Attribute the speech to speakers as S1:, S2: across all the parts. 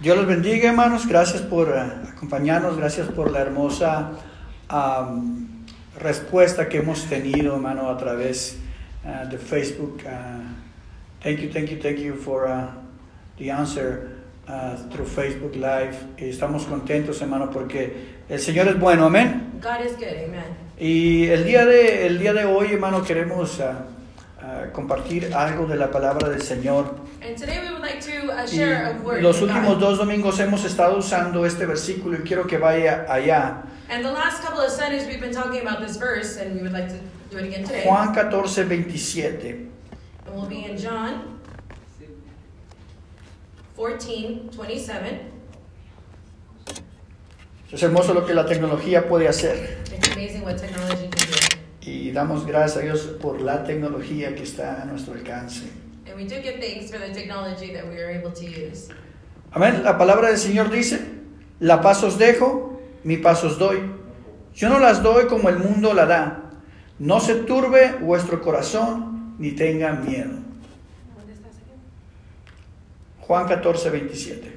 S1: Dios los bendiga, hermanos. Gracias por uh, acompañarnos. Gracias por la hermosa um, respuesta que hemos tenido, hermano, a través uh, de Facebook. Uh, thank you, thank you, thank you for eh, the answer eh, through Facebook Live. Y estamos contentos, hermano, porque el Señor es bueno. Amén.
S2: God is good. Amen.
S1: Y el día de, el día de hoy, hermano, queremos eh, compartir algo de la palabra del Señor.
S2: And today we would like to uh,
S1: Y
S2: share a word.
S1: los
S2: from
S1: últimos
S2: God.
S1: dos domingos hemos estado usando este versículo y quiero que vaya allá.
S2: And the last couple of Sundays we've been talking about this verse, and we would like to do it again today.
S1: Juan 14, 27.
S2: And we'll be in John 14, 27.
S1: Es hermoso lo que la tecnología puede hacer.
S2: It's amazing what technology can do.
S1: Y damos gracias a Dios por la tecnología que está a nuestro alcance.
S2: And we do give thanks for the technology that we are able to use.
S1: Amén. La palabra del Señor dice, la paz os dejo, mi paz os doy. Yo no las doy como el mundo la da. No se turbe vuestro corazón ni tenga miedo. Juan 14, 27.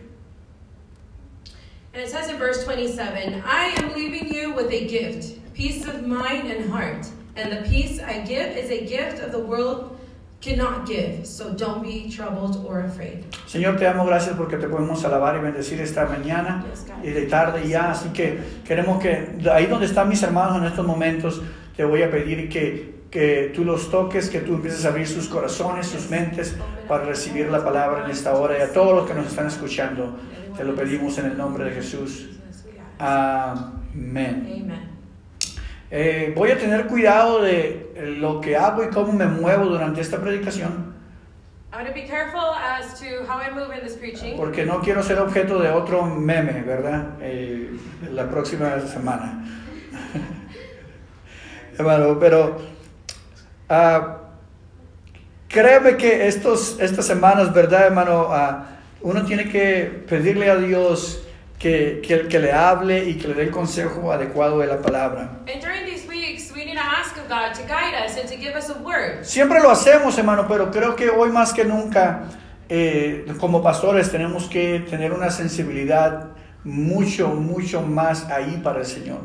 S2: And it says in verse 27 I am leaving you with a gift, peace of mind and heart. And the peace I give is a gift of the world cannot give. So don't be troubled or afraid.
S1: Señor, te damos gracias porque te podemos alabar y bendecir esta mañana
S2: Yes, God.
S1: y de tarde ya. Así que queremos que de ahí donde están mis hermanos en estos momentos, te voy a pedir que, que tú los toques, que tú empieces a abrir sus corazones, sus mentes para recibir la palabra en esta hora y a todos los que nos están escuchando. Te lo pedimos en el nombre de Jesús. Amén.
S2: Amen.
S1: Eh, voy a tener cuidado de lo que hago y cómo me muevo durante esta predicación,
S2: I'm going to be careful as to how I move in this preaching
S1: porque no quiero ser objeto de otro meme, ¿verdad? Eh, la próxima semana. Hermano, pero ah, créeme que estos, estas semanas, ¿verdad, hermano? Ah, uno tiene que pedirle a Dios que, que, que le hable y que le dé el consejo adecuado de la palabra.
S2: And during these weeks, we need to ask of God to guide us and to give us a word.
S1: Siempre lo hacemos, hermano, pero creo que hoy más que nunca, eh, como pastores, tenemos que tener una sensibilidad mucho, mucho más ahí para el Señor.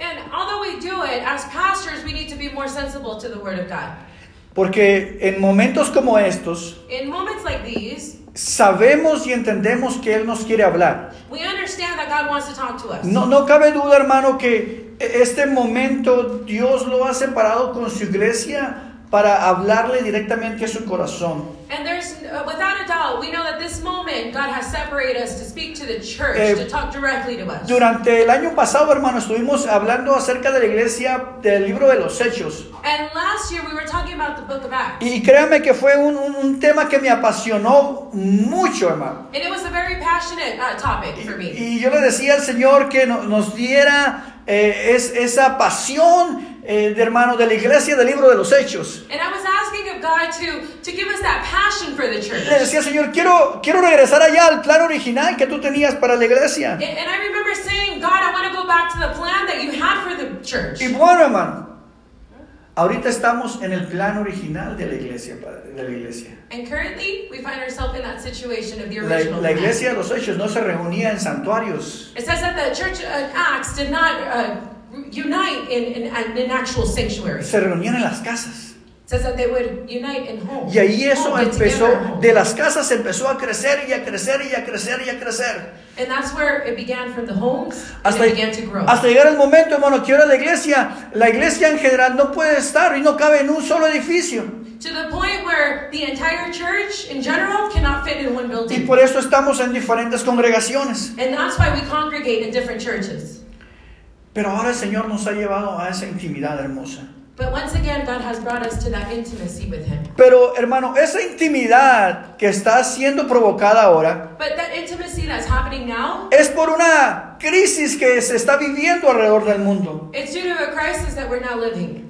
S2: And although we do it, as pastors, we need to be more sensible to the word of God.
S1: Porque en momentos como estos,
S2: In moments like these,
S1: sabemos y entendemos que Él nos quiere hablar.
S2: we understand that God wants to talk to us.
S1: No, no cabe duda, hermano, que este momento Dios lo ha separado con su iglesia para hablarle directamente a su corazón.
S2: And there's, uh, without a doubt, we know that this moment God has separated us to speak to the church,
S1: Eh,
S2: to talk directly to us.
S1: Durante el año pasado, hermano, estuvimos hablando acerca de la iglesia del libro de los Hechos.
S2: And last year we were talking about the book of Acts.
S1: Y créanme que fue un, un- un tema que me apasionó mucho, hermano.
S2: And it was a very passionate uh, topic for me.
S1: Y yo le decía al Señor que no- nos diera eh, es- esa pasión, eh, de, hermano, de la iglesia del libro de los Hechos.
S2: And I was asking of God to, to give us that passion for the church.
S1: Le decía, Señor, quiero, quiero regresar allá al plan original que tú tenías para la iglesia.
S2: And, and I remember saying, God, I want to go back to the plan that you had for the church.
S1: Y bueno, hermano, ahorita estamos en el plan original de la iglesia, padre, de la iglesia.
S2: And currently, we find ourselves in that situation of the
S1: La,
S2: original
S1: la
S2: plan.
S1: iglesia de los hechos no se reunía en santuarios.
S2: It says that the church in Acts did not uh, unite in, in, in an actual sanctuary. It
S1: Se reunían en las casas.
S2: says that they would unite in home.
S1: Y ahí eso
S2: home, get
S1: empezó,
S2: together home.
S1: de las casas empezó a crecer y a crecer y a crecer y a crecer.
S2: And that's where it began from the homes,
S1: Hasta,
S2: and it began to grow.
S1: hasta llegar el momento, hermano, que ahora la iglesia, la iglesia en general no puede estar y no cabe en un solo edificio.
S2: to the point where the entire church in general cannot fit in one
S1: Y
S2: building.
S1: por eso estamos en diferentes congregaciones.
S2: and that's why we congregate in different churches.
S1: Pero ahora el Señor nos ha llevado a esa intimidad hermosa.
S2: But once again, God has brought us to that intimacy with Him.
S1: Pero, hermano, esa intimidad que está siendo provocada ahora
S2: But that intimacy that's happening now,
S1: es por una crisis que se está viviendo alrededor del mundo.
S2: it's due to a crisis that we're now living.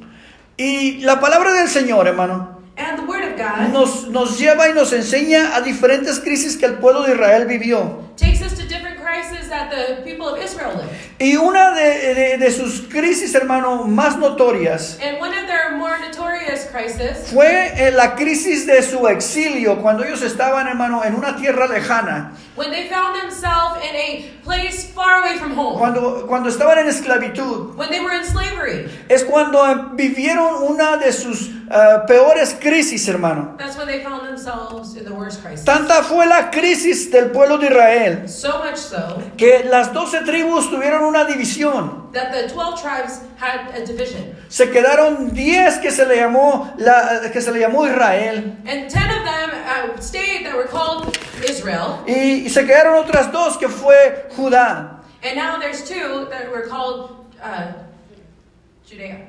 S1: Y la palabra del Señor, hermano,
S2: And the Word of God
S1: nos, nos lleva y nos enseña a diferentes crisis que el pueblo de Israel vivió.
S2: takes us to different crises that the people of Israel live.
S1: Y una de, de- de sus crisis, hermano, más notorias
S2: And one of their more notorious crises
S1: fue eh, la crisis de su exilio, cuando ellos estaban, hermano, en una tierra lejana.
S2: when they found themselves in a place far away from home.
S1: Cuando, cuando estaban en esclavitud,
S2: When they were in slavery,
S1: es cuando eh, vivieron una de sus ah, peores crisis, hermano.
S2: that's when they found themselves in the worst crisis.
S1: Tanta fue la crisis del pueblo de Israel
S2: So much so
S1: que las doce tribus tuvieron una división.
S2: that the 12 tribes had a division.
S1: Se quedaron diez que se le llamó, la, que se le llamó Israel
S2: And 10 of them uh, stayed that were called Israel.
S1: y, y se quedaron otras dos que fue Judá.
S2: And now there's two that were called uh, Judea.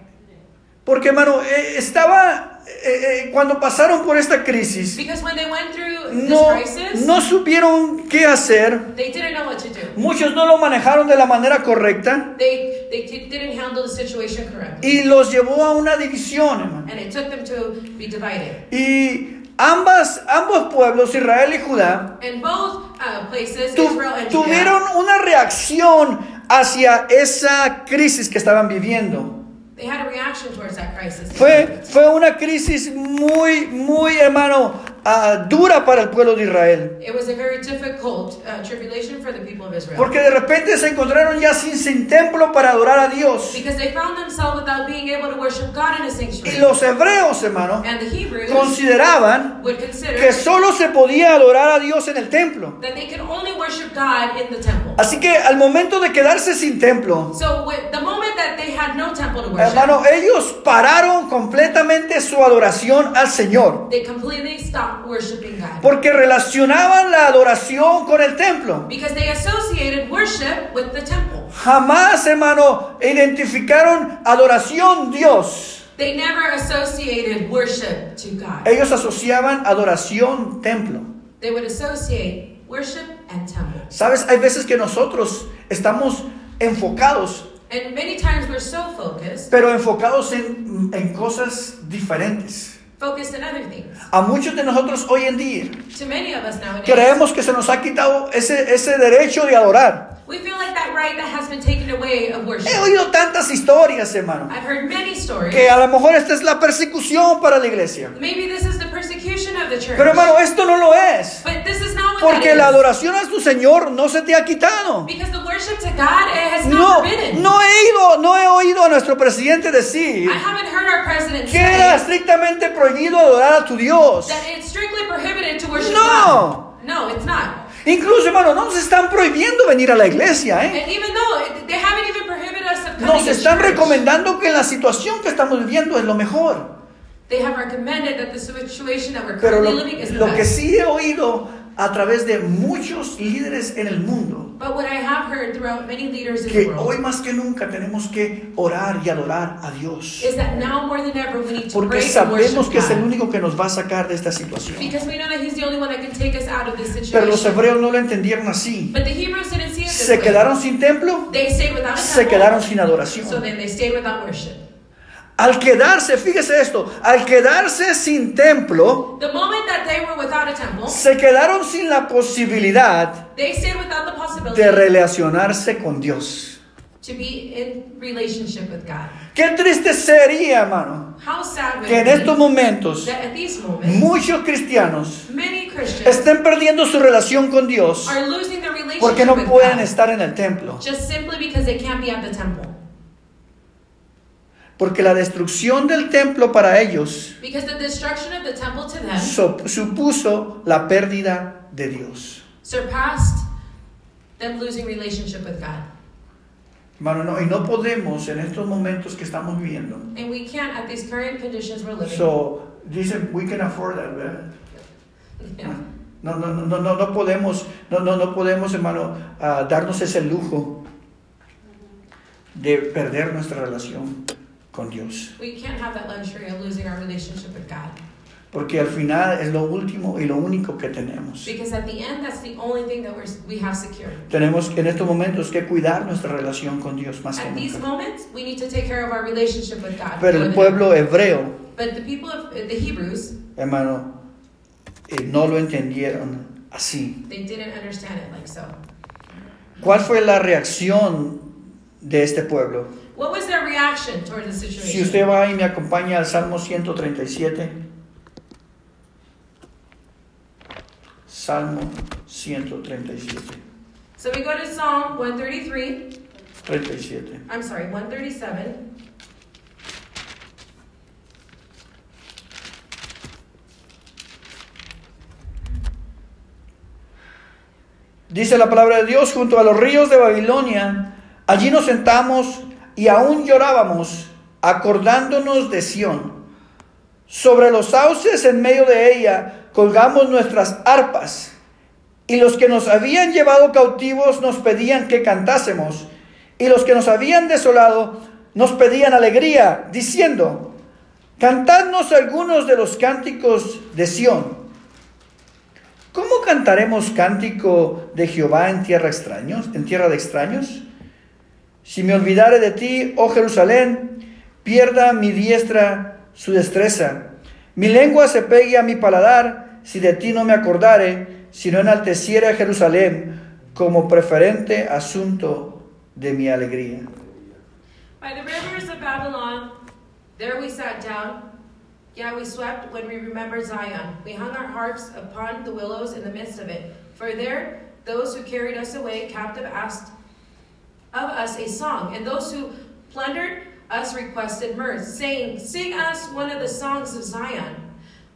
S1: Porque hermano, eh, estaba, eh, eh, cuando pasaron por esta crisis,
S2: Because when they went through this
S1: no,
S2: crisis,
S1: no supieron qué hacer.
S2: they didn't know what to do.
S1: Muchos no lo manejaron de la manera correcta
S2: They, they di- didn't handle the situation correctly.
S1: y los llevó a una división, hermano.
S2: And it took them to be divided.
S1: Y ambas, ambos pueblos, Israel y Judá,
S2: And both uh, places,
S1: tu-
S2: Israel and Judea,
S1: tuvieron una reacción hacia esa crisis que estaban viviendo.
S2: they had a reaction towards that crisis.
S1: Fue, fue una crisis muy, muy, hermano, ah, dura para el pueblo de Israel.
S2: It was a very difficult uh, tribulation for the people of Israel.
S1: Porque de repente se encontraron ya sin, sin templo para adorar a Dios.
S2: because they found themselves without being able to worship God in a
S1: Y
S2: sanctuary.
S1: los hebreos, hermano,
S2: and the Hebrews
S1: consideraban
S2: would consider
S1: que solo se podía adorar a Dios en el templo.
S2: that they could only worship God in the temple.
S1: Así que al momento de quedarse sin templo,
S2: So with the moment that they had no temple to worship,
S1: hermano, ellos pararon completamente su adoración al Señor.
S2: they completely stopped worshiping God.
S1: Porque relacionaban la adoración con el templo.
S2: Because they associated worship with the temple.
S1: Jamás, hermano, identificaron adoración Dios.
S2: They never associated worship to God.
S1: Ellos asociaban adoración templo.
S2: They would associate worship and temple.
S1: Sabes, hay veces que nosotros estamos enfocados,
S2: And many times we're so focused,
S1: pero enfocados en, en cosas diferentes.
S2: focused on other things.
S1: A muchos de nosotros hoy en día
S2: To many of us nowadays,
S1: creemos que se nos ha quitado ese, ese derecho de adorar.
S2: we feel like that right that has been taken away of worship.
S1: He oído tantas historias, hermano,
S2: I've heard many stories.
S1: que a lo mejor esta es la persecución para la iglesia.
S2: Maybe this is the persecution of the church.
S1: Pero hermano, esto no lo es.
S2: but this is not what
S1: Porque
S2: that
S1: la
S2: is.
S1: adoración a tu Señor no se te ha quitado.
S2: Because the worship to God it has
S1: No,
S2: not forbidden.
S1: no he ido, no he oído a nuestro presidente decir
S2: I haven't heard our president
S1: que
S2: say
S1: era estrictamente prohibido adorar a tu Dios.
S2: that it's strictly prohibited to worship
S1: No.
S2: God. No, it's not.
S1: Incluso, hermano, no nos están prohibiendo venir a la iglesia, ¿eh?
S2: And even though it, they haven't even prohibited us of coming
S1: Nos
S2: to
S1: están
S2: church,
S1: recomendando que la situación que estamos viviendo es lo mejor.
S2: they have recommended that the situation that we're
S1: Pero
S2: currently
S1: lo,
S2: living is the
S1: lo que
S2: best.
S1: sí he oído a través de muchos líderes en el mundo,
S2: But what I have heard throughout many leaders in the
S1: que hoy
S2: world
S1: más que nunca tenemos que orar y adorar a Dios.
S2: is that now more than ever we need to
S1: Porque
S2: praise and worship
S1: sabemos que es el
S2: God.
S1: único que nos va a sacar de esta situación.
S2: Because we know that He's the only one that can take us out of this
S1: Pero
S2: situation.
S1: los hebreos no lo entendieron así.
S2: but the Hebrews didn't see it this
S1: Se
S2: way.
S1: quedaron sin templo,
S2: They stayed without a
S1: se
S2: temple,
S1: quedaron sin
S2: so
S1: adoración.
S2: then they stayed without worship.
S1: Al quedarse, fíjese esto, al quedarse sin templo,
S2: The moment that they were without a temple,
S1: se quedaron sin la posibilidad
S2: they stayed without the possibility
S1: de relacionarse con Dios.
S2: to be in relationship with God.
S1: Qué triste sería, hermano,
S2: How sad would
S1: que en
S2: it
S1: estos
S2: be
S1: momentos
S2: that at these moments,
S1: muchos cristianos
S2: many Christians
S1: estén perdiendo su relación con Dios
S2: are losing their relationship
S1: porque no
S2: with
S1: pueden
S2: God
S1: estar en el templo.
S2: just simply because they can't be at the temple.
S1: Porque la destrucción del templo para ellos
S2: Because the destruction of the temple to them
S1: so- supuso la pérdida de Dios.
S2: surpassed them losing relationship with God.
S1: Hermano, no, y no podemos en estos momentos que estamos viviendo.
S2: And we can't, at these current conditions we're living,
S1: So, dicen, we can afford that, ¿verdad?
S2: yeah,
S1: No, no, no, no, no, no podemos, no, no, no podemos, hermano, ah, darnos ese lujo de perder nuestra relación con Dios.
S2: we can't have that luxury of losing our relationship with God.
S1: Porque al final es lo último y lo único que tenemos.
S2: Because at the end, that's the only thing that we're, we have secure.
S1: Tenemos en estos momentos que cuidar nuestra relación con Dios más que
S2: At these
S1: nunca.
S2: moments, we need to take care of our relationship with God.
S1: Pero el pueblo hebreo
S2: but the people of the Hebrews,
S1: hermano, eh, no lo entendieron así.
S2: they didn't understand it like so.
S1: ¿Cuál fue la reacción de este pueblo?
S2: What was their reaction toward the situation?
S1: Si usted va y me acompaña al Salmo 137, Salmo 137.
S2: So we go to Psalm 133.
S1: 37.
S2: I'm sorry, 137.
S1: Dice la palabra de Dios, junto a los ríos de Babilonia, allí nos sentamos y aún llorábamos, acordándonos de Sión. Sobre los sauces en medio de ella colgamos nuestras arpas, y los que nos habían llevado cautivos nos pedían que cantásemos, y los que nos habían desolado nos pedían alegría, diciendo, cantadnos algunos de los cánticos de Sión. ¿Cómo cantaremos cántico de Jehová en tierra extraños, en tierra de extraños? Si me olvidare de ti, oh Jerusalén, pierda mi diestra su destreza. Mi lengua se pegue a mi paladar, si de ti no me acordare, si no enalteciere a Jerusalén como preferente asunto de mi alegría.
S2: By the rivers of Babylon, there we sat down. Yeah, we swept when we remembered Zion. We hung our harps upon the willows in the midst of it. For there, those who carried us away captive asked of us a song, and those who plundered us requested mirth, saying, Sing us one of the songs of Zion.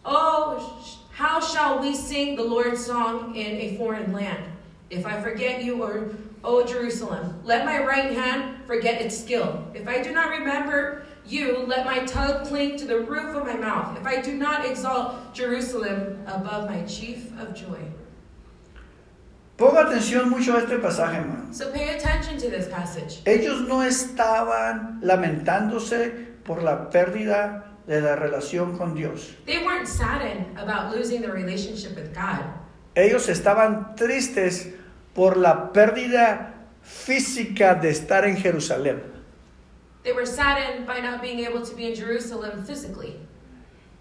S2: Oh, sh- how shall we sing the Lord's song in a foreign land? If I forget you, or O Jerusalem, let my right hand forget its skill. If I do not remember you, let my tongue cling to the roof of my mouth. If I do not exalt Jerusalem above my chief of joy.
S1: Ponga atención mucho a este pasaje, hermano.
S2: So pay attention to this passage.
S1: Ellos no estaban lamentándose por la pérdida de la relación con Dios.
S2: They weren't saddened about losing their relationship with God.
S1: Ellos estaban tristes por la pérdida física de estar en Jerusalén.
S2: They were saddened by not being able to be in Jerusalem physically.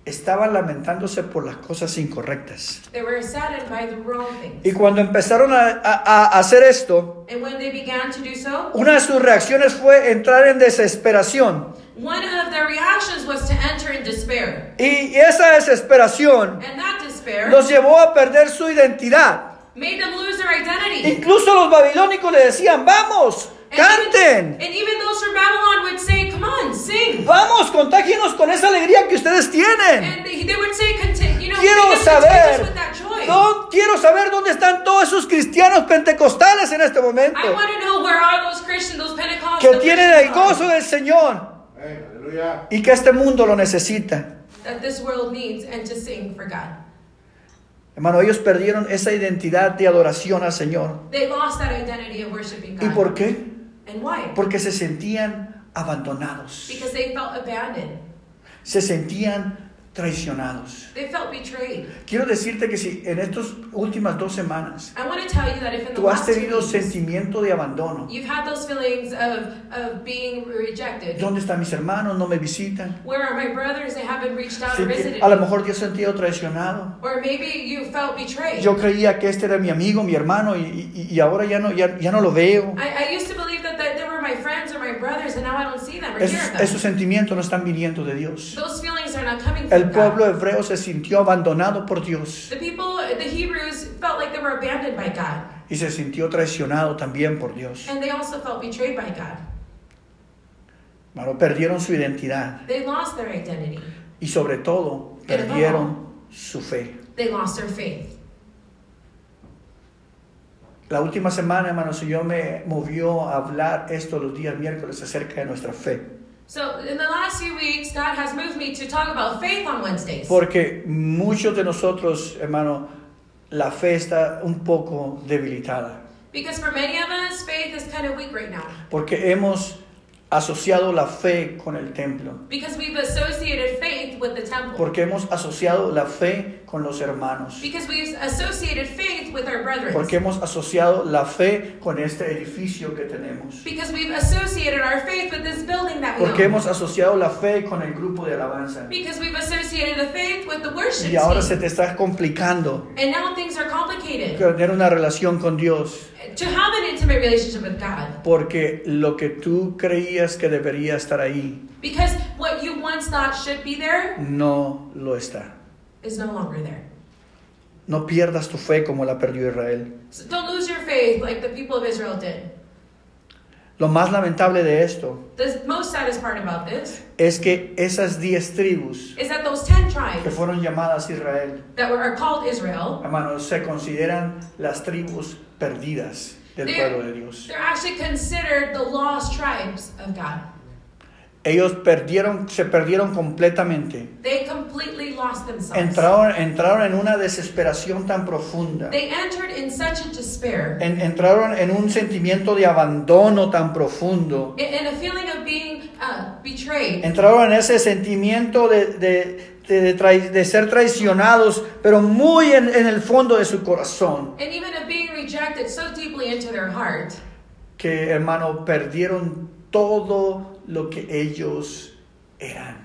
S1: Estaban lamentándose por las cosas incorrectas.
S2: They were saddened by the wrong things.
S1: Y cuando empezaron a, a- a hacer esto,
S2: And when they began to do so,
S1: una de sus reacciones fue entrar en desesperación.
S2: one of their reactions was to enter in despair.
S1: Y, y esa desesperación
S2: And that despair
S1: los llevó a perder su identidad.
S2: made them lose their identity.
S1: Incluso los babilónicos le decían, vamos,
S2: even,
S1: canten,
S2: and even those from Babylon would say, Come on, sing.
S1: vamos, contágenos con esa alegría que ustedes tienen.
S2: And they, they would say, Content, you know,
S1: Quiero
S2: make us contagious
S1: saber,
S2: with that joy.
S1: no, quiero saber dónde están todos esos cristianos pentecostales en este momento,
S2: I want to know where are those Christians, those Pentecostals.
S1: que
S2: those
S1: tienen el
S2: Christians
S1: gozo del Señor
S3: Amén, aleluya.
S1: y que este mundo lo necesita.
S2: that this world needs and to sing for God.
S1: Hermano, ellos perdieron esa identidad de adoración al Señor.
S2: They lost that identity of worshiping
S1: ¿Y
S2: God.
S1: por qué?
S2: And why?
S1: Porque se sentían abandonados,
S2: Because they felt abandoned.
S1: se sentían traicionados.
S2: They felt betrayed.
S1: Quiero decirte que si en estas últimas dos semanas
S2: I want to tell you that if in the
S1: tú has
S2: last two
S1: tenido
S2: weeks,
S1: sentimiento de abandono,
S2: you've had those feelings of, of being rejected.
S1: ¿dónde están mis hermanos? No me visitan.
S2: Where are my brothers? They haven't reached out or
S1: Sentí-
S2: visited
S1: A lo
S2: me.
S1: mejor te has sentido traicionado.
S2: Or maybe you felt betrayed.
S1: Yo creía que este era mi amigo, mi hermano, y, y- y ahora ya no, ya, ya no lo veo.
S2: I, I used to believe that, that they were my friends or my brothers, and now I don't see them or hear
S1: Esos,
S2: of them.
S1: esos sentimientos no están viniendo de Dios.
S2: Those feelings are not coming from
S1: El pueblo
S2: God.
S1: hebreo se sintió abandonado por Dios
S2: The people, the Hebrews, felt like they were abandoned by God,
S1: y se sintió traicionado también por Dios.
S2: and they also felt betrayed by God.
S1: Hermano, perdieron su identidad
S2: They lost their identity.
S1: y sobre todo perdieron su fe.
S2: They lost their faith.
S1: La última semana, hermano, Señor me movió a hablar esto los días miércoles acerca de nuestra fe.
S2: So in the last few weeks, God has moved me to talk about faith on Wednesdays.
S1: Porque muchos de nosotros, hermano, la fe está un poco debilitada.
S2: Because for many of us, faith is kind of weak right now.
S1: Porque hemos asociado la fe con el templo.
S2: Because we've associated faith with the temple.
S1: Porque hemos asociado la fe con los hermanos.
S2: Because we've associated faith with our brethren.
S1: Porque hemos asociado la fe con este edificio que tenemos.
S2: Because we've associated our faith with this building that we
S1: Porque
S2: own.
S1: hemos asociado la fe con el grupo de alabanza.
S2: Because we've associated the faith with the worship
S1: Y ahora se
S2: team.
S1: te está complicando
S2: And now things are complicated.
S1: tener una relación con Dios.
S2: To have an intimate relationship with God.
S1: Porque lo que tú creías que debería estar ahí
S2: Because what you once thought should be there
S1: no lo está.
S2: is no longer there.
S1: No pierdas tu fe como la perdió Israel.
S2: So don't lose your faith like the people of Israel did.
S1: Lo más lamentable de esto
S2: The most saddest part about this
S1: es que esas diez tribus
S2: is that those 10
S1: que
S2: tribes
S1: fueron llamadas Israel,
S2: that were, are called Israel,
S1: hermanos, se consideran las tribus perdidas del
S2: Sí.
S1: pueblo de Dios.
S2: they're actually considered the lost tribes of God.
S1: Ellos perdieron, se perdieron completamente.
S2: They completely lost themselves.
S1: Entraron, entraron en una desesperación tan profunda.
S2: They entered in such a despair,
S1: En- entraron en un sentimiento de abandono tan profundo.
S2: in, in a feeling of being uh, betrayed.
S1: Entraron en ese sentimiento de, de- de- de trai- de ser traicionados, pero muy en, en el fondo de su corazón,
S2: and even of being rejected so deeply into their heart
S1: que hermano, perdieron todo lo que ellos eran.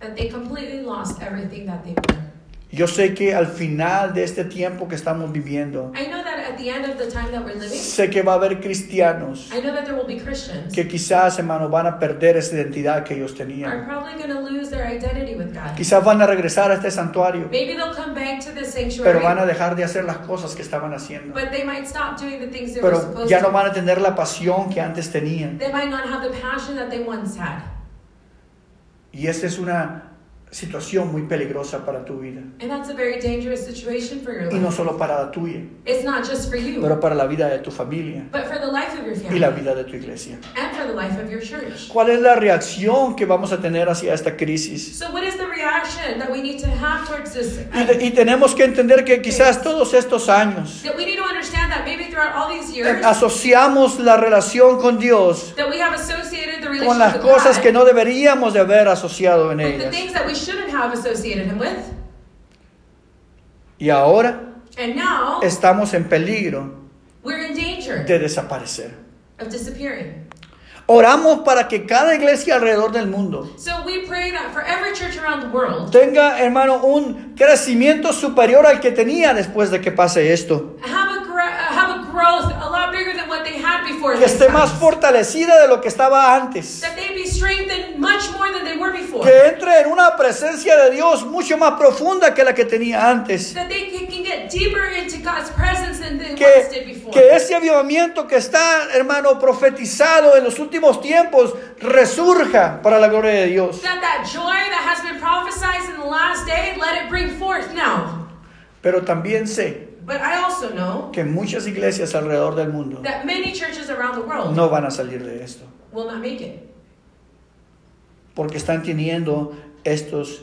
S2: that they completely lost everything that they were.
S1: Yo sé que al final de este tiempo que estamos viviendo,
S2: I know that at the end of the time that we're living,
S1: sé que va a haber cristianos
S2: I know that there will be Christians
S1: que quizás, hermano, van a perder esa identidad que ellos
S2: who are
S1: tenían.
S2: probably going to lose their identity with God.
S1: Quizás van a regresar a este santuario,
S2: Maybe they'll come back to the sanctuary,
S1: pero van a dejar de hacer las cosas que estaban haciendo.
S2: but they might stop doing the things they were
S1: pero
S2: supposed
S1: ya no
S2: to.
S1: van a tener la pasión que antes tenían.
S2: They might not have the passion that they once had.
S1: Y esta es una situación muy peligrosa para tu vida.
S2: And that's a very dangerous situation for your
S1: Y
S2: life.
S1: no solo para la tuya,
S2: It's not just for you,
S1: pero para la vida de tu familia
S2: but for the life of your
S1: y la
S2: family
S1: vida de tu iglesia.
S2: and for the life of your church.
S1: ¿Cuál es la reacción que vamos a tener hacia esta crisis?
S2: So, what is the reaction that we need to have towards this?
S1: Y, te- y tenemos que entender que quizás todos estos años
S2: That we need to understand that maybe throughout all these
S1: eh,
S2: years,
S1: asociamos la relación con Dios
S2: that we have associated the
S1: con
S2: relationship
S1: las
S2: with
S1: cosas
S2: God
S1: que no deberíamos de haber asociado en
S2: with the
S1: ellas.
S2: things that we shouldn't have associated Him with.
S1: Y ahora
S2: And now
S1: estamos en peligro
S2: we're in danger
S1: de desaparecer.
S2: of disappearing.
S1: Oramos para que cada iglesia alrededor del mundo
S2: So, we pray that for every church around the world
S1: tenga, hermano, un crecimiento superior al que tenía después de que pase esto.
S2: have a, gr- uh, have a growth a lot bigger than what they had before.
S1: Que
S2: these
S1: esté más
S2: times.
S1: fortalecida de lo que estaba antes.
S2: That they be strengthened much more than they were before.
S1: Que entre en una presencia de Dios mucho más profunda que la que tenía antes.
S2: that they can, can get deeper into God's presence than they once did
S1: Que,
S2: before.
S1: que ese avivamiento que está, hermano, profetizado en los últimos tiempos resurja para la gloria de Dios.
S2: that that joy that has been prophesied in the last day, let it bring forth now.
S1: Pero también sé
S2: But I also know
S1: que muchas iglesias alrededor del mundo
S2: that many churches around the world
S1: no van a salir de esto.
S2: will not make it
S1: porque están teniendo estos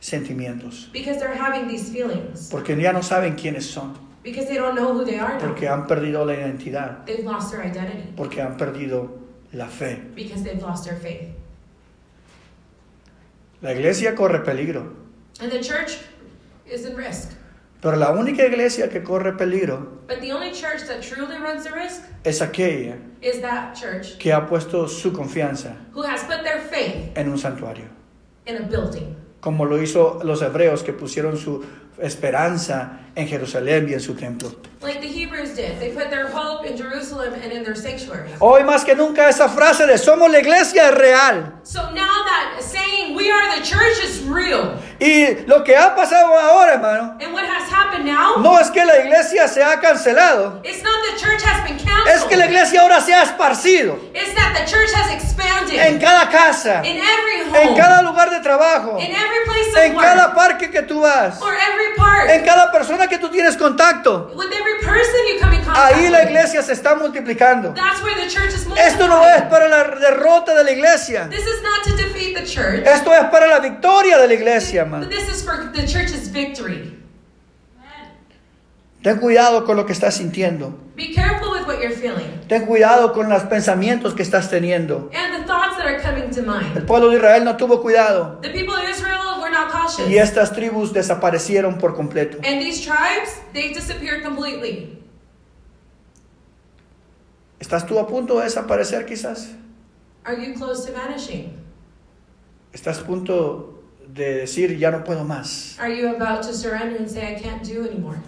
S1: sentimientos,
S2: because they're having these feelings
S1: porque ya no saben quiénes son,
S2: because they don't know who they are now.
S1: porque han perdido la identidad,
S2: They've lost their identity
S1: porque han perdido la fe.
S2: because they've lost their faith.
S1: La iglesia corre peligro,
S2: And the church is in risk.
S1: pero la única iglesia que corre peligro
S2: But the only church that truly runs the risk
S1: es aquella
S2: is that church
S1: que ha puesto su confianza
S2: who has put their faith
S1: en un santuario,
S2: in a building.
S1: como lo hizo los hebreos que pusieron su esperanza en Jerusalén y en su templo.
S2: Like the Hebrews did. They put their hope in Jerusalem and in their sanctuary.
S1: Hoy más que nunca esa frase de somos la iglesia es real.
S2: So now that saying we are the church is real.
S1: Y lo que ha pasado ahora, hermano,
S2: And what has happened now?
S1: No es que la iglesia se ha cancelado,
S2: It's not the church has been
S1: es
S2: canceled.
S1: que la iglesia ahora se ha esparcido
S2: it's that the church has expanded
S1: en cada casa,
S2: in every
S1: en
S2: home,
S1: cada lugar de trabajo,
S2: in every place of
S1: en
S2: work,
S1: cada parque que tú vas,
S2: or every park,
S1: en cada persona que tú tienes contacto.
S2: with every person you come in contact
S1: Ahí la
S2: with.
S1: iglesia se está multiplicando.
S2: That's where the church is
S1: Esto no es
S2: multiplying.
S1: para la derrota de la iglesia,
S2: This is not to defeat the church,
S1: esto es para la victoria de la iglesia,
S2: but
S1: hermano.
S2: this is for the church's victory.
S1: Ten cuidado con lo que estás sintiendo.
S2: Be careful with what you're feeling
S1: Ten cuidado con los pensamientos que estás teniendo.
S2: and the thoughts that are coming to mind.
S1: El pueblo de Israel no tuvo cuidado
S2: The people of Israel were not cautious.
S1: y estas tribus desaparecieron por completo.
S2: And these tribes, they disappeared completely.
S1: ¿Estás tú a punto de desaparecer quizás?
S2: Are you close to vanishing?
S1: ¿Estás a punto de decir ya no puedo más?
S2: Are you about to surrender and say, I can't do anymore?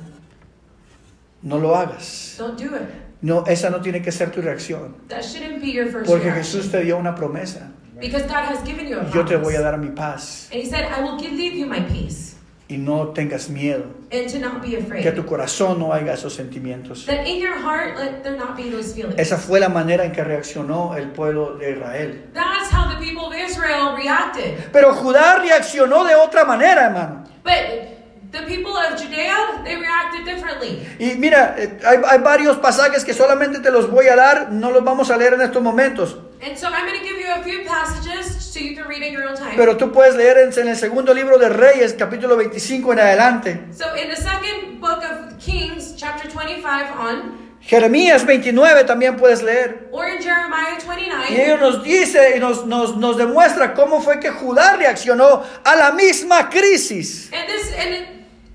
S1: No lo hagas.
S2: Don't do it.
S1: No, esa no tiene que ser tu reacción.
S2: That shouldn't be your first
S1: Porque
S2: reaction.
S1: Jesús te dio una promesa.
S2: Because God has given you a
S1: Yo te
S2: promise.
S1: voy a dar mi paz.
S2: And He said, I will give, leave you my peace.
S1: y no tengas miedo,
S2: and to not be afraid.
S1: que tu corazón no haya esos sentimientos.
S2: That in your heart, let there not be those feelings.
S1: Esa fue la manera en que reaccionó el pueblo de Israel.
S2: That's how the people of Israel reacted.
S1: Pero Judá reaccionó de otra manera, hermano.
S2: But the people of Judea, they reacted differently.
S1: Y mira, eh, hay, hay varios pasajes que solamente te los voy a dar, no los vamos a leer en estos momentos.
S2: And so I'm going to give you a few passages so you can read in your own time.
S1: Pero tú puedes leer en, en el segundo libro de Reyes, capítulo 25 en adelante.
S2: so in the second book of Kings, chapter 25 on,
S1: Jeremías 29 también puedes leer.
S2: or in Jeremiah 29,
S1: Y ellos nos dice y nos, nos, nos demuestra cómo fue que Judá reaccionó a la misma crisis.
S2: and this and it,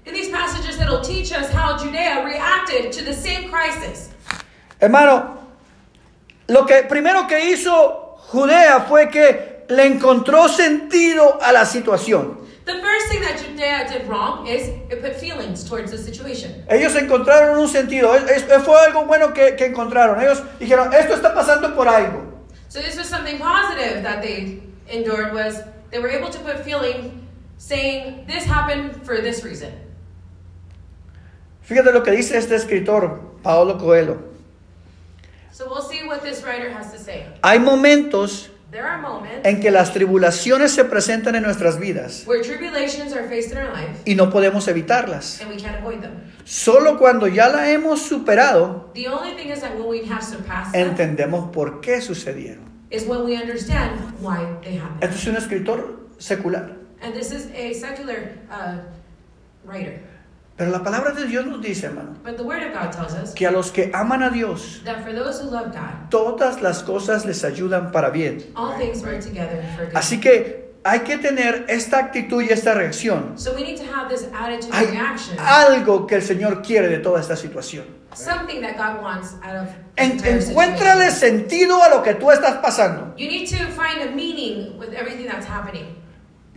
S2: in these passages that'll teach us how Judea reacted to the same crisis.
S1: Hermano, lo que primero que hizo Judea fue que le encontró sentido a la situación.
S2: The first thing that Judea did wrong is it put feelings towards the situation.
S1: Ellos encontraron un sentido. Es- es- fue algo bueno que, que encontraron. Ellos dijeron, esto está pasando por algo.
S2: So this was something positive that they endured was they were able to put feeling saying this happened for this reason.
S1: Fíjate lo que dice este escritor, Paolo Coelho.
S2: So we'll see what this writer has to say.
S1: Hay momentos
S2: There are moments
S1: en que las tribulaciones se presentan en nuestras vidas
S2: where tribulations are faced in our life
S1: y no podemos evitarlas.
S2: and we can't avoid them.
S1: Solo cuando ya la hemos superado,
S2: The only thing is that when we have surpassed them
S1: entendemos por qué sucedieron.
S2: is when we understand why they happen.
S1: Este es un escritor secular,
S2: And this is a secular uh, writer.
S1: pero la palabra de Dios nos dice, hermano,
S2: But the Word of God tells us
S1: que a los que aman a Dios,
S2: that for those who love God,
S1: todas las cosas les ayudan para bien.
S2: all things work together for good.
S1: Así que hay que tener esta actitud y esta reacción.
S2: So we need to have this attitude
S1: Hay
S2: and reaction.
S1: algo que el Señor quiere de toda esta situación.
S2: Something that God wants out of the
S1: En-
S2: entire
S1: encuéntrale
S2: situation.
S1: sentido a lo que tú estás pasando.
S2: You need to find a meaning with everything that's happening.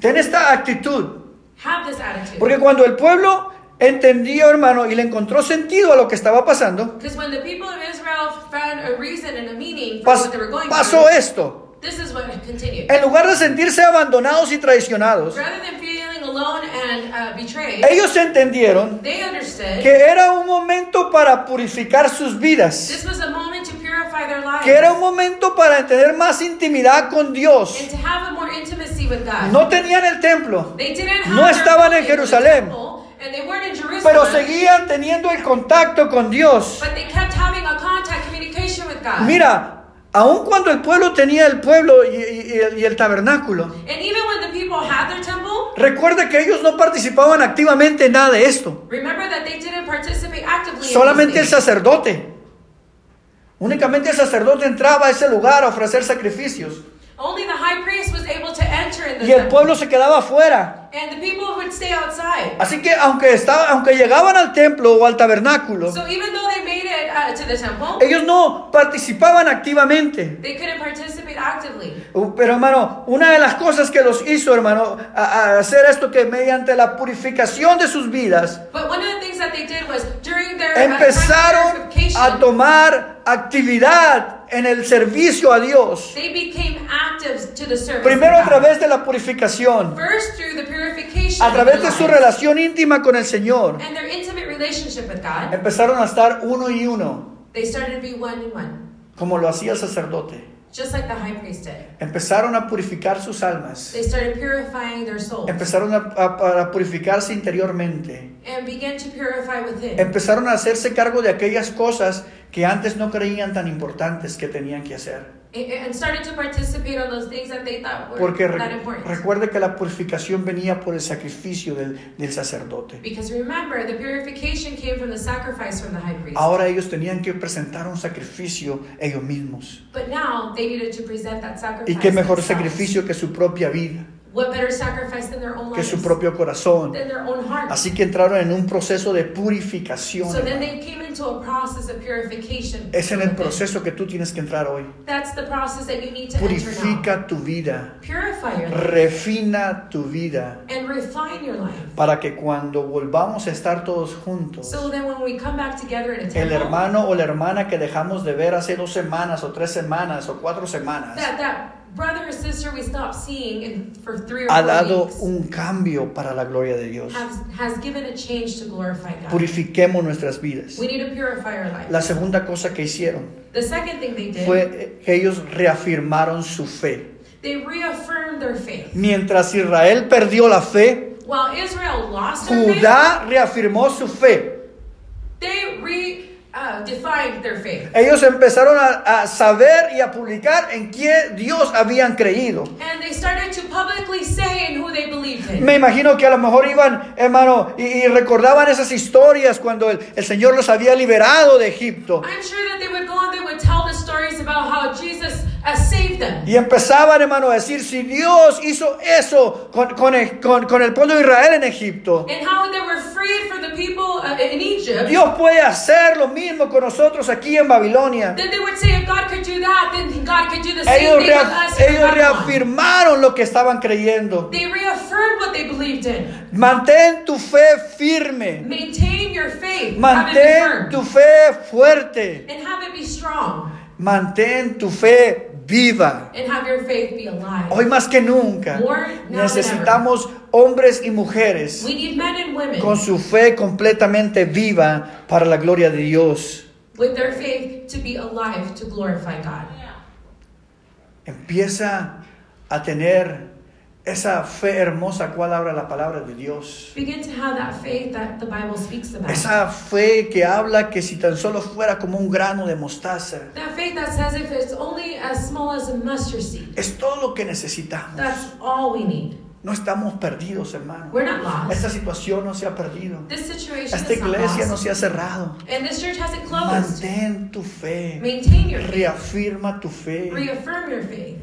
S1: Ten esta actitud.
S2: Have this attitude.
S1: Porque cuando el pueblo entendió, hermano, y le encontró sentido a lo que estaba pasando,
S2: Because when the people of Israel found a reason and a meaning for
S1: pas-
S2: what they were going
S1: pasó Eh,
S2: through,
S1: esto.
S2: this is what continued.
S1: En lugar de sentirse abandonados y traicionados,
S2: Rather than feeling alone and uh, betrayed,
S1: ellos entendieron
S2: they understood
S1: Eh, que era un momento para purificar sus vidas,
S2: this was a moment to purify their lives
S1: que era un momento para tener más intimidad con Dios.
S2: and to have a more intimacy with God.
S1: No tenían el templo,
S2: they didn't have
S1: no
S2: their
S1: estaban en
S2: building with
S1: Jerusalén.
S2: people, and they weren't in Jerusalem,
S1: pero seguían teniendo el contacto con Dios.
S2: but they kept having a contact communication with God.
S1: Mira, aun cuando el pueblo tenía el pueblo y, y- y el, y el tabernáculo,
S2: And even when the people had their temple,
S1: recuerda que ellos no participaban activamente en nada de esto.
S2: remember that they didn't participate actively.
S1: Solamente
S2: in
S1: el
S2: these things.
S1: sacerdote. Únicamente el sacerdote entraba a ese lugar a ofrecer sacrificios.
S2: Only the high priest was able to enter in the
S1: Y el
S2: temple,
S1: pueblo se quedaba afuera.
S2: and the people would stay outside.
S1: Así que aunque, estaba, aunque llegaban al templo o al tabernáculo,
S2: So even though they made it uh, to the temple,
S1: ellos no participaban activamente.
S2: they couldn't participate actively.
S1: Uh, Pero hermano, una de las cosas que los hizo, hermano, a, a hacer esto que mediante la purificación de sus vidas,
S2: But one of the things that they did was during their uh, time of
S1: empezaron a
S2: purification,
S1: tomar actividad en el servicio a Dios.
S2: they became active to the service.
S1: Primero a
S2: of God.
S1: través de la purificación,
S2: First through the purification,
S1: a
S2: of
S1: través de
S2: their
S1: su
S2: lives
S1: relación íntima con el Señor,
S2: and their intimate relationship with God,
S1: empezaron a estar uno y uno,
S2: they started to be one in one,
S1: como lo hacía el sacerdote.
S2: just like the high priest did.
S1: Empezaron a purificar sus almas,
S2: They started purifying their soul
S1: empezaron a, a- a purificarse interiormente.
S2: and began to purify within.
S1: Empezaron a hacerse cargo de aquellas cosas que antes no creían tan importantes que tenían que hacer.
S2: And- And started to participate on those things that they thought were
S1: Porque re-
S2: not important.
S1: recuerde que la purificación venía por el sacrificio del, del sacerdote.
S2: because remember, the purification came from the sacrifice from the high priest.
S1: Ahora ellos tenían que presentar un sacrificio ellos mismos.
S2: But now they needed to present that sacrifice.
S1: Y qué mejor
S2: themselves.
S1: sacrificio que su propia vida,
S2: What better sacrifice than their own
S1: que
S2: lives,
S1: su propio corazón.
S2: than their own heart.
S1: Así que entraron en un proceso de purificación.
S2: so then
S1: hermano.
S2: they came into a process of purification.
S1: Es en el
S2: within.
S1: proceso que tú tienes que entrar hoy.
S2: That's the process that you need to enter now.
S1: Purifica tu vida,
S2: Purify your life
S1: refina tu vida.
S2: and refine your life.
S1: para que cuando volvamos a estar todos juntos,
S2: So then when we come back together in a
S1: el
S2: temple,
S1: hermano o la hermana que dejamos de ver hace dos semanas o tres semanas o cuatro semanas,
S2: that that brother or sister we stopped seeing in, for three or
S1: ha
S2: four
S1: dado
S2: weeks
S1: un cambio para la gloria de Dios.
S2: has, has given a change to glorify God.
S1: Purifiquemos nuestras vidas.
S2: we need to purify our life.
S1: La segunda cosa que hicieron
S2: the second thing they did,
S1: fue eh, que ellos reafirmaron su fe.
S2: they reaffirmed their faith.
S1: Mientras Israel perdió la fe,
S2: While Israel lost their faith,
S1: Judá reafirmó su fe.
S2: they re uh, defined their faith.
S1: Ellos empezaron a, a saber y a publicar en qué Dios habían creído.
S2: And they started to publicly say in who they believed in.
S1: Me imagino que a lo mejor iban, hermano, y, y recordaban esas historias cuando el, el Señor los había liberado de Egipto.
S2: I'm sure that they would go and they would tell the stories about how Jesus uh, saved them.
S1: Y empezaban, hermano, a decir, si Dios hizo eso con, con el, con- con el pueblo de Israel en Egipto,
S2: And how they were freed from the people uh, in Egypt.
S1: Dios puede hacer lo mismo con nosotros aquí en Babilonia.
S2: Then they would say, if God could do that, then God could do the same
S1: Ellos,
S2: thing with
S1: rea-
S2: us. here in
S1: ellos
S2: Babylon."
S1: reafirmaron lo que estaban creyendo.
S2: They reaffirmed what they believed in.
S1: Mantén tu fe firme.
S2: Maintain your faith. have it be
S1: Mantén
S2: firm.
S1: tu fe fuerte.
S2: And have it be strong.
S1: Mantén tu fe viva.
S2: And have your faith be alive.
S1: Hoy más que nunca
S2: More now
S1: necesitamos hombres y mujeres
S2: We need men and women
S1: con su fe completamente viva para la gloria de Dios.
S2: with their faith to be alive to glorify God.
S1: Empieza a tener esa fe hermosa cual habla la palabra de Dios.
S2: Begin to have that faith that the Bible speaks about.
S1: Esa fe que habla que si tan solo fuera como un grano de mostaza,
S2: That faith that says if it's only as small as a mustard seed,
S1: es todo lo que necesitamos.
S2: that's all we need.
S1: No estamos perdidos, hermano.
S2: We're not lost.
S1: Esta situación no se ha perdido.
S2: This situation
S1: Esta
S2: is not
S1: iglesia no
S2: lost.
S1: se ha cerrado.
S2: And this church hasn't closed.
S1: Mantén tu fe.
S2: Maintain your faith.
S1: Reafirma tu fe.
S2: Reaffirm your faith.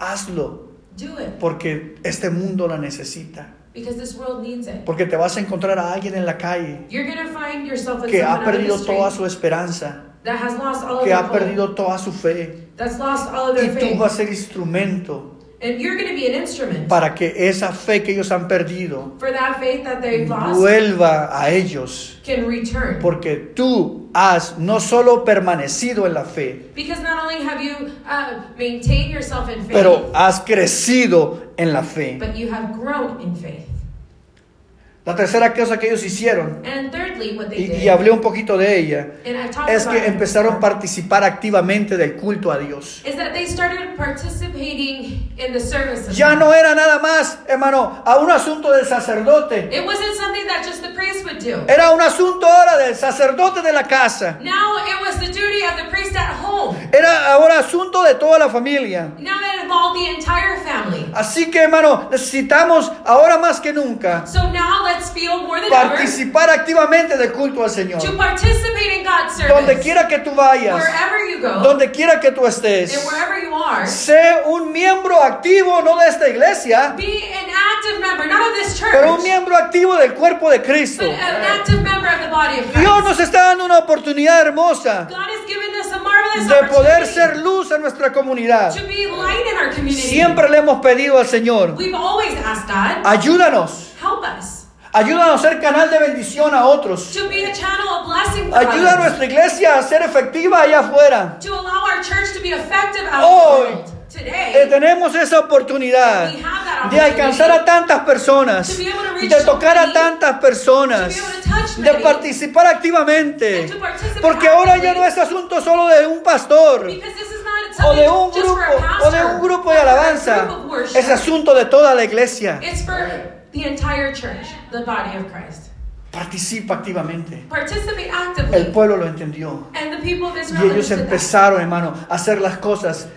S1: Hazlo
S2: Do it
S1: porque este mundo la necesita.
S2: because this world needs it.
S1: Porque te vas a encontrar a alguien en la calle
S2: You're going to find yourself in
S1: que
S2: someone
S1: ha
S2: out in the
S1: perdido
S2: street
S1: toda su esperanza,
S2: that has lost all of
S1: que
S2: their
S1: ha
S2: hope,
S1: perdido toda su fe.
S2: that's lost all of
S1: Y
S2: their
S1: tú
S2: faith.
S1: vas a ser instrumento
S2: And you're going to be an instrument
S1: para que esa fe que ellos han perdido
S2: for that faith that they've lost
S1: vuelva a ellos.
S2: can return.
S1: Porque tú has no solo permanecido en la fe,
S2: because not only have you uh, maintained yourself in faith,
S1: pero has crecido en la fe.
S2: but you have grown in faith.
S1: La tercera cosa que ellos hicieron
S2: And thirdly, what they
S1: y,
S2: did,
S1: y hablé un poquito de ella,
S2: and I've talked
S1: es
S2: about
S1: que
S2: it
S1: empezaron a
S2: before,
S1: participar activamente del culto a Dios.
S2: is that they started participating in the service of
S1: Ya
S2: God.
S1: no era nada más, hermano, a un asunto del sacerdote.
S2: It wasn't something that just the priest would do.
S1: Era un asunto ahora del sacerdote de la casa.
S2: Now it was the duty of the priest at home.
S1: Era ahora asunto de toda la familia.
S2: Now it involved the entire family.
S1: Así que, hermano, necesitamos ahora más que nunca
S2: So now let's feel more than
S1: participar activamente del culto al Señor.
S2: ever to participate in God's service.
S1: Donde quiera que tú vayas,
S2: wherever you go
S1: donde quiera que tú estés,
S2: and wherever you are,
S1: sé un miembro activo, no de esta iglesia,
S2: be an active member, not of this church,
S1: pero un miembro activo del cuerpo de
S2: but
S1: Cristo.
S2: an active member of the body of Christ.
S1: Dios nos está dando una oportunidad hermosa
S2: God has given us a marvelous
S1: de poder
S2: opportunity
S1: ser luz en nuestra comunidad.
S2: to be light in our community.
S1: Siempre le hemos pedido al Señor,
S2: We've always asked God,
S1: ayúdanos,
S2: help us
S1: ayúdanos a ser canal de bendición a otros.
S2: to be a channel of blessing for
S1: Ayuda a
S2: others,
S1: nuestra iglesia a ser efectiva allá afuera.
S2: to allow our church to be effective out
S1: Hoy,
S2: in the world. Today,
S1: Oh, Eh, tenemos esa oportunidad de alcanzar a tantas personas, de tocar a tantas personas, de participar activamente. Porque ahora ya no es asunto solo de un pastor
S2: because this is not
S1: o
S2: something
S1: de un
S2: just
S1: grupo
S2: for a
S1: o
S2: pastor,
S1: de un grupo
S2: or
S1: de
S2: for a
S1: alabanza.
S2: group of worship.
S1: Es asunto de toda la iglesia.
S2: It's for the entire church, the body of Christ.
S1: Participa activamente.
S2: Participate
S1: El
S2: actively.
S1: pueblo lo entendió.
S2: And the people of
S1: Y
S2: Israel
S1: ellos
S2: understood that.
S1: empezaron, hermano, a hacer las cosas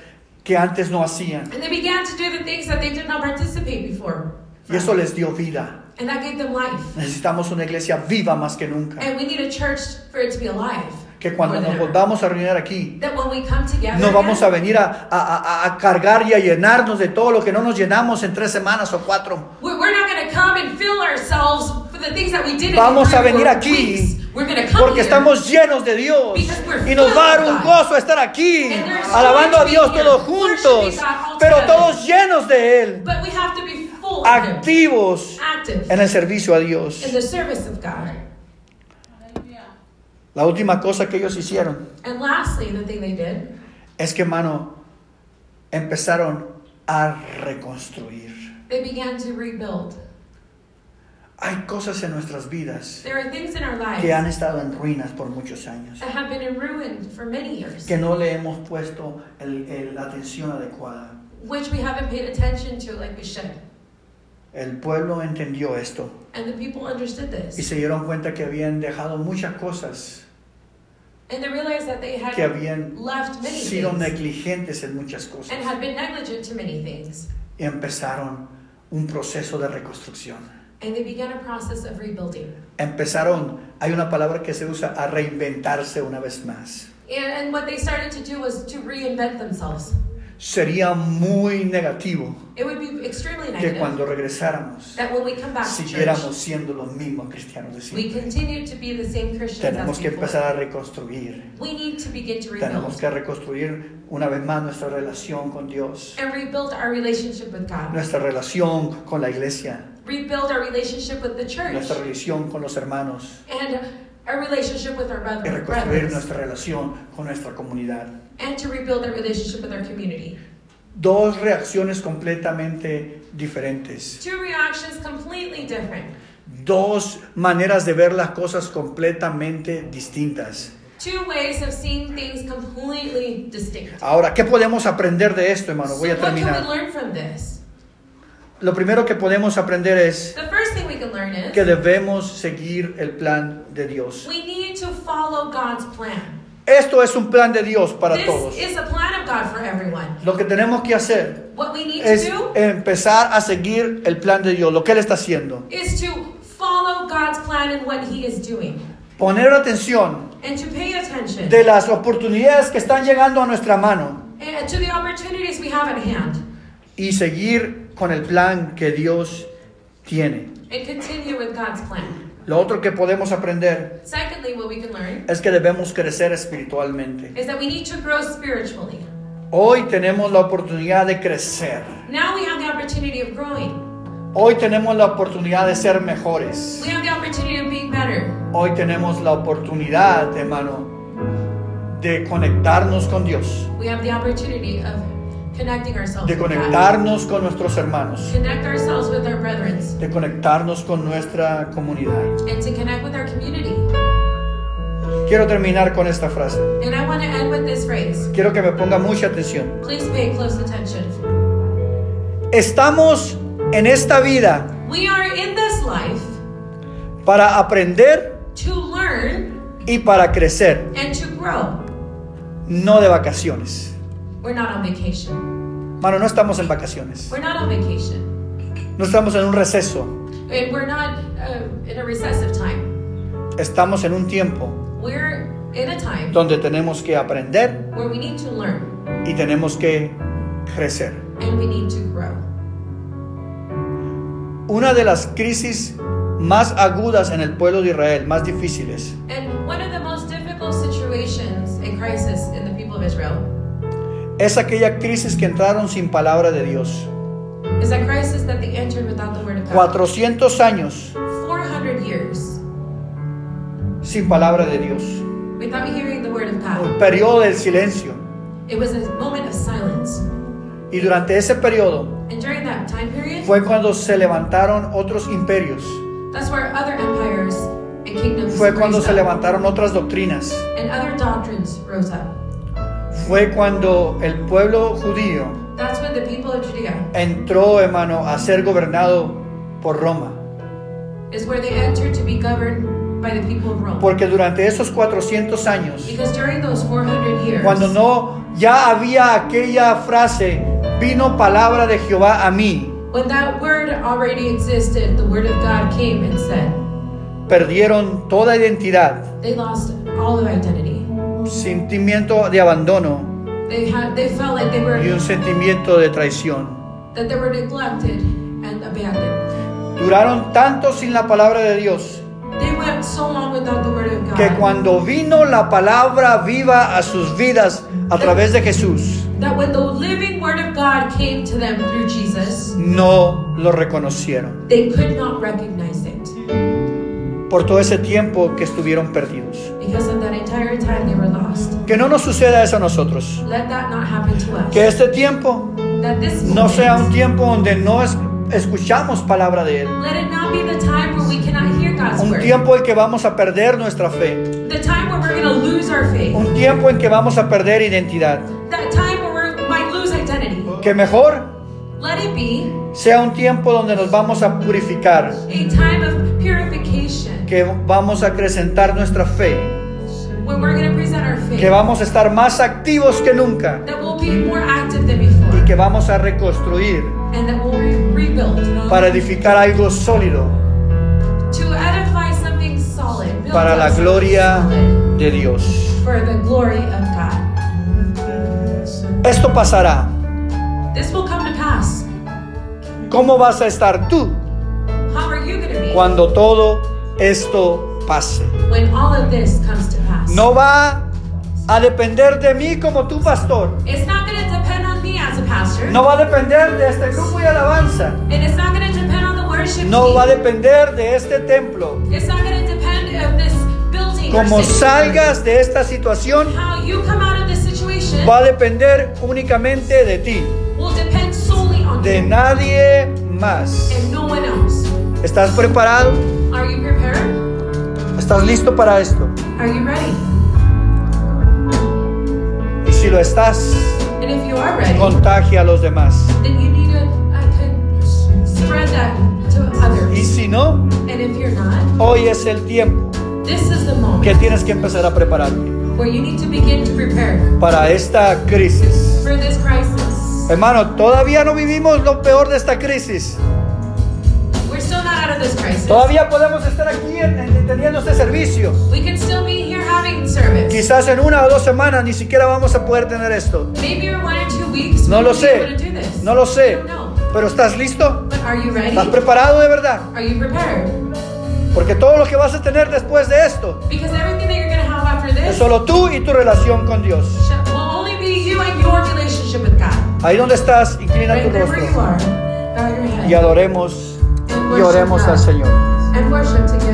S1: que antes no hacían.
S2: And they began to do the things that they did not participate before.
S1: Y eso les dio vida.
S2: And that gave them life.
S1: Necesitamos una iglesia viva más que nunca.
S2: And we need a church for it to be alive.
S1: Que cuando
S2: more than
S1: nos
S2: ever.
S1: volvamos a reunir aquí,
S2: That when we come together,
S1: no vamos a
S2: again,
S1: venir a, a- a- a cargar y a llenarnos de todo lo que no nos llenamos en tres semanas o cuatro.
S2: we're we're not going to come and fill ourselves for the things that we did. in
S1: Vamos
S2: three
S1: a
S2: or four
S1: venir aquí
S2: weeks. We're going to come
S1: Porque
S2: here.
S1: estamos llenos de Dios. Y nos va a dar un gozo estar aquí, alabando a Dios todos juntos, pero todos llenos de Él,
S2: But we have to be full of Him,
S1: activos
S2: active
S1: en el servicio a Dios.
S2: in the service of God.
S1: La última cosa que ellos hicieron
S2: And lastly, the thing they did
S1: es que, hermano, empezaron a reconstruir.
S2: They began to rebuild.
S1: Hay cosas en nuestras vidas
S2: There are things in our lives
S1: que han
S2: that
S1: estado en ruinas por muchos años,
S2: have been in ruin for many years,
S1: que no le hemos puesto el- el- la atención adecuada.
S2: which we haven't paid attention to like we should.
S1: El pueblo entendió esto
S2: And the people understood
S1: y
S2: this.
S1: se dieron cuenta que habían dejado muchas cosas,
S2: And they realized that they
S1: que
S2: had
S1: habían
S2: left many
S1: sido
S2: things
S1: negligentes en muchas cosas
S2: and had been negligent to many things.
S1: y empezaron un proceso de reconstrucción.
S2: And they began a process of rebuilding.
S1: Empezaron, hay una palabra que se usa, a reinventarse una vez más.
S2: And, and what they started to do was to reinvent themselves.
S1: Sería muy negativo
S2: It would be extremely
S1: que
S2: negative
S1: cuando regresáramos
S2: that when we come back to church,
S1: siguiéramos siendo los mismos cristianos de
S2: we
S1: siempre.
S2: continue to be the same Christians
S1: Tenemos
S2: as
S1: que
S2: before.
S1: empezar a reconstruir.
S2: We need to begin to
S1: Tenemos
S2: rebuild
S1: que reconstruir una vez más nuestra relación con Dios,
S2: and rebuild our relationship with God,
S1: nuestra relación con la iglesia,
S2: rebuild our relationship with the church,
S1: nuestra relación con los hermanos
S2: and our relationship with
S1: y
S2: our brother-
S1: reconstruir
S2: brothers,
S1: nuestra relación con nuestra comunidad.
S2: and to rebuild our relationship with our community.
S1: Dos reacciones completamente diferentes.
S2: Two reactions completely different,
S1: Dos maneras de ver las cosas completamente distintas.
S2: two ways of seeing things completely distinct.
S1: Ahora, ¿qué podemos aprender de esto, hermano?
S2: So
S1: Ah, Voy a
S2: what can we
S1: terminar.
S2: learn from this?
S1: Lo primero que podemos aprender es
S2: The first thing we can learn is
S1: que debemos seguir el plan de Dios.
S2: we need to follow God's plan.
S1: Esto es un plan de Dios para
S2: this
S1: todos.
S2: is a plan of God for everyone.
S1: Lo que tenemos que hacer
S2: What we need
S1: es
S2: to do
S1: empezar a seguir el plan de Dios, lo que Él está haciendo.
S2: is to follow God's plan and what He is doing,
S1: Poner atención
S2: and to pay attention
S1: de las oportunidades que están llegando a nuestra mano
S2: and to the opportunities we have at hand,
S1: y seguir con el plan que Dios tiene.
S2: and continue with God's plan.
S1: Lo otro que podemos aprender
S2: Secondly, what we can learn
S1: es que debemos crecer espiritualmente.
S2: is that we need to grow spiritually.
S1: Hoy tenemos la oportunidad de crecer.
S2: Now we have the opportunity of growing.
S1: Hoy tenemos la oportunidad de ser mejores.
S2: We have the opportunity of being better.
S1: Hoy tenemos la oportunidad, hermano, de conectarnos con Dios,
S2: We have the opportunity of connecting ourselves
S1: de
S2: with God.
S1: conectarnos con nuestros hermanos,
S2: connect ourselves with our brethren,
S1: de conectarnos con nuestra comunidad.
S2: and to connect with our community.
S1: Quiero terminar con esta frase.
S2: And I want to end with this phrase.
S1: Quiero que me ponga mucha atención.
S2: Please pay close attention.
S1: Estamos en esta vida
S2: We are in this life
S1: para aprender
S2: to learn
S1: y para crecer,
S2: and to grow.
S1: no de vacaciones.
S2: We're not on vacation.
S1: Hermano, no estamos en vacaciones.
S2: We're not on vacation.
S1: No estamos en un receso.
S2: And we're not uh, in a recessive time.
S1: Estamos en un tiempo
S2: We're in a time
S1: donde tenemos que aprender
S2: where we need to learn
S1: y tenemos que crecer.
S2: and we need to grow.
S1: Una de las crisis más agudas en el pueblo de Israel, más difíciles,
S2: And one of the most difficult situations and crisis in the people of Israel
S1: es aquella crisis que entraron sin palabra de Dios.
S2: is that crisis that they entered without the word of God.
S1: 400 años
S2: 400 years
S1: sin palabra de Dios.
S2: without hearing the word of God.
S1: Un periodo del silencio.
S2: It was a moment of silence.
S1: Y durante ese periodo
S2: And during that time period,
S1: fue cuando se levantaron otros imperios.
S2: That's where other empires and kingdoms
S1: Fue
S2: rose
S1: cuando se
S2: up,
S1: levantaron otras doctrinas.
S2: and other doctrines rose up.
S1: Fue cuando el pueblo judío
S2: That's when the people of Judea
S1: entró, hermano, a ser gobernado por Roma.
S2: is where they entered to be governed by the people of Rome.
S1: Porque durante esos 400 años,
S2: because during those 400 years,
S1: cuando no, ya había aquella frase, vino palabra de Jehová a mí,
S2: when that word already existed, the word of God came and said,
S1: perdieron toda identidad,
S2: they lost all their identity.
S1: sentimiento de abandono
S2: They had they felt like they were
S1: y un sentimiento de traición.
S2: that they were neglected and abandoned.
S1: Duraron tanto sin la palabra de Dios
S2: They went so long without the word of God
S1: que cuando vino la palabra viva a sus vidas a través de Jesús,
S2: that when the living word of God came to them through Jesus,
S1: no lo reconocieron.
S2: They could not recognize it
S1: por todo ese tiempo que estuvieron perdidos.
S2: because of that entire time they were lost.
S1: Que no nos suceda eso a nosotros.
S2: Let that not happen to us.
S1: Que este tiempo
S2: That that this
S1: no sea un
S2: moment,
S1: tiempo donde no es- escuchamos palabra de Él.
S2: let it not be the time where we cannot hear God's
S1: Un
S2: word.
S1: tiempo en que vamos a perder nuestra fe.
S2: The time where we're going to lose our faith.
S1: Un tiempo en que vamos a perder identidad.
S2: That time where we might lose identity.
S1: Que mejor
S2: Let it be
S1: sea un tiempo donde nos vamos a purificar.
S2: a time of purification
S1: Que vamos a acrecentar nuestra fe.
S2: when we're going to present our faith.
S1: Que vamos a estar más activos que nunca.
S2: That we'll be more active than
S1: Y
S2: before.
S1: que vamos a reconstruir
S2: And that we'll re- rebuild.
S1: para edificar algo sólido
S2: to edify something solid. build
S1: para
S2: up
S1: la
S2: something
S1: gloria
S2: solid
S1: de Dios.
S2: For the glory of God.
S1: Esto pasará.
S2: This will come to pass.
S1: ¿Cómo vas a estar tú
S2: How are you going to be
S1: cuando todo esto pase?
S2: when all of this comes to pass?
S1: No va a depender de mí como tu pastor.
S2: It's not going to depend on me as a pastor.
S1: No va a depender de este grupo de alabanza.
S2: And it's not going to depend on the worship
S1: No
S2: team.
S1: va a depender de este templo.
S2: It's not going to depend of this building. or
S1: Como
S2: situation.
S1: salgas de esta situación,
S2: How you come out of this situation
S1: va a depender únicamente de ti,
S2: will depend solely on
S1: de
S2: you
S1: nadie más.
S2: and no one else.
S1: ¿Estás preparado?
S2: Are you prepared?
S1: ¿Estás listo para esto?
S2: Are you ready?
S1: Y si lo estás,
S2: And if you are ready,
S1: contagia a los demás.
S2: then you need to uh, to spread that to
S1: Y
S2: others.
S1: si no,
S2: And if you're not,
S1: hoy es el tiempo
S2: this is the
S1: que
S2: moment
S1: tienes que empezar a prepararte.
S2: where you need to begin to prepare
S1: para esta crisis.
S2: for this crisis.
S1: Hermano, todavía no vivimos lo peor de esta crisis.
S2: We're still not out of this crisis.
S1: Todavía podemos estar aquí en- en- teniendo este servicio.
S2: We can still be here having service.
S1: Quizás en una o dos semanas ni siquiera vamos a poder tener esto.
S2: Maybe in one or two weeks.
S1: No
S2: we
S1: lo
S2: won't be
S1: sé.
S2: able to do this.
S1: No lo
S2: I
S1: sé.
S2: don't know.
S1: Pero ¿estás listo?
S2: But are you ready?
S1: ¿Estás preparado de verdad?
S2: Are you prepared?
S1: Porque todo lo que vas a tener después de esto
S2: Because everything that you're going to have after
S1: es
S2: this
S1: solo tú y tu relación con Dios.
S2: sh- will only be you and your relationship with God.
S1: Ahí donde estás, inclina tu
S2: Right there where you
S1: rostro
S2: are. Bow your
S1: y
S2: head.
S1: adoremos
S2: And
S1: y
S2: worship
S1: oremos
S2: God.
S1: al Señor.
S2: And worship together.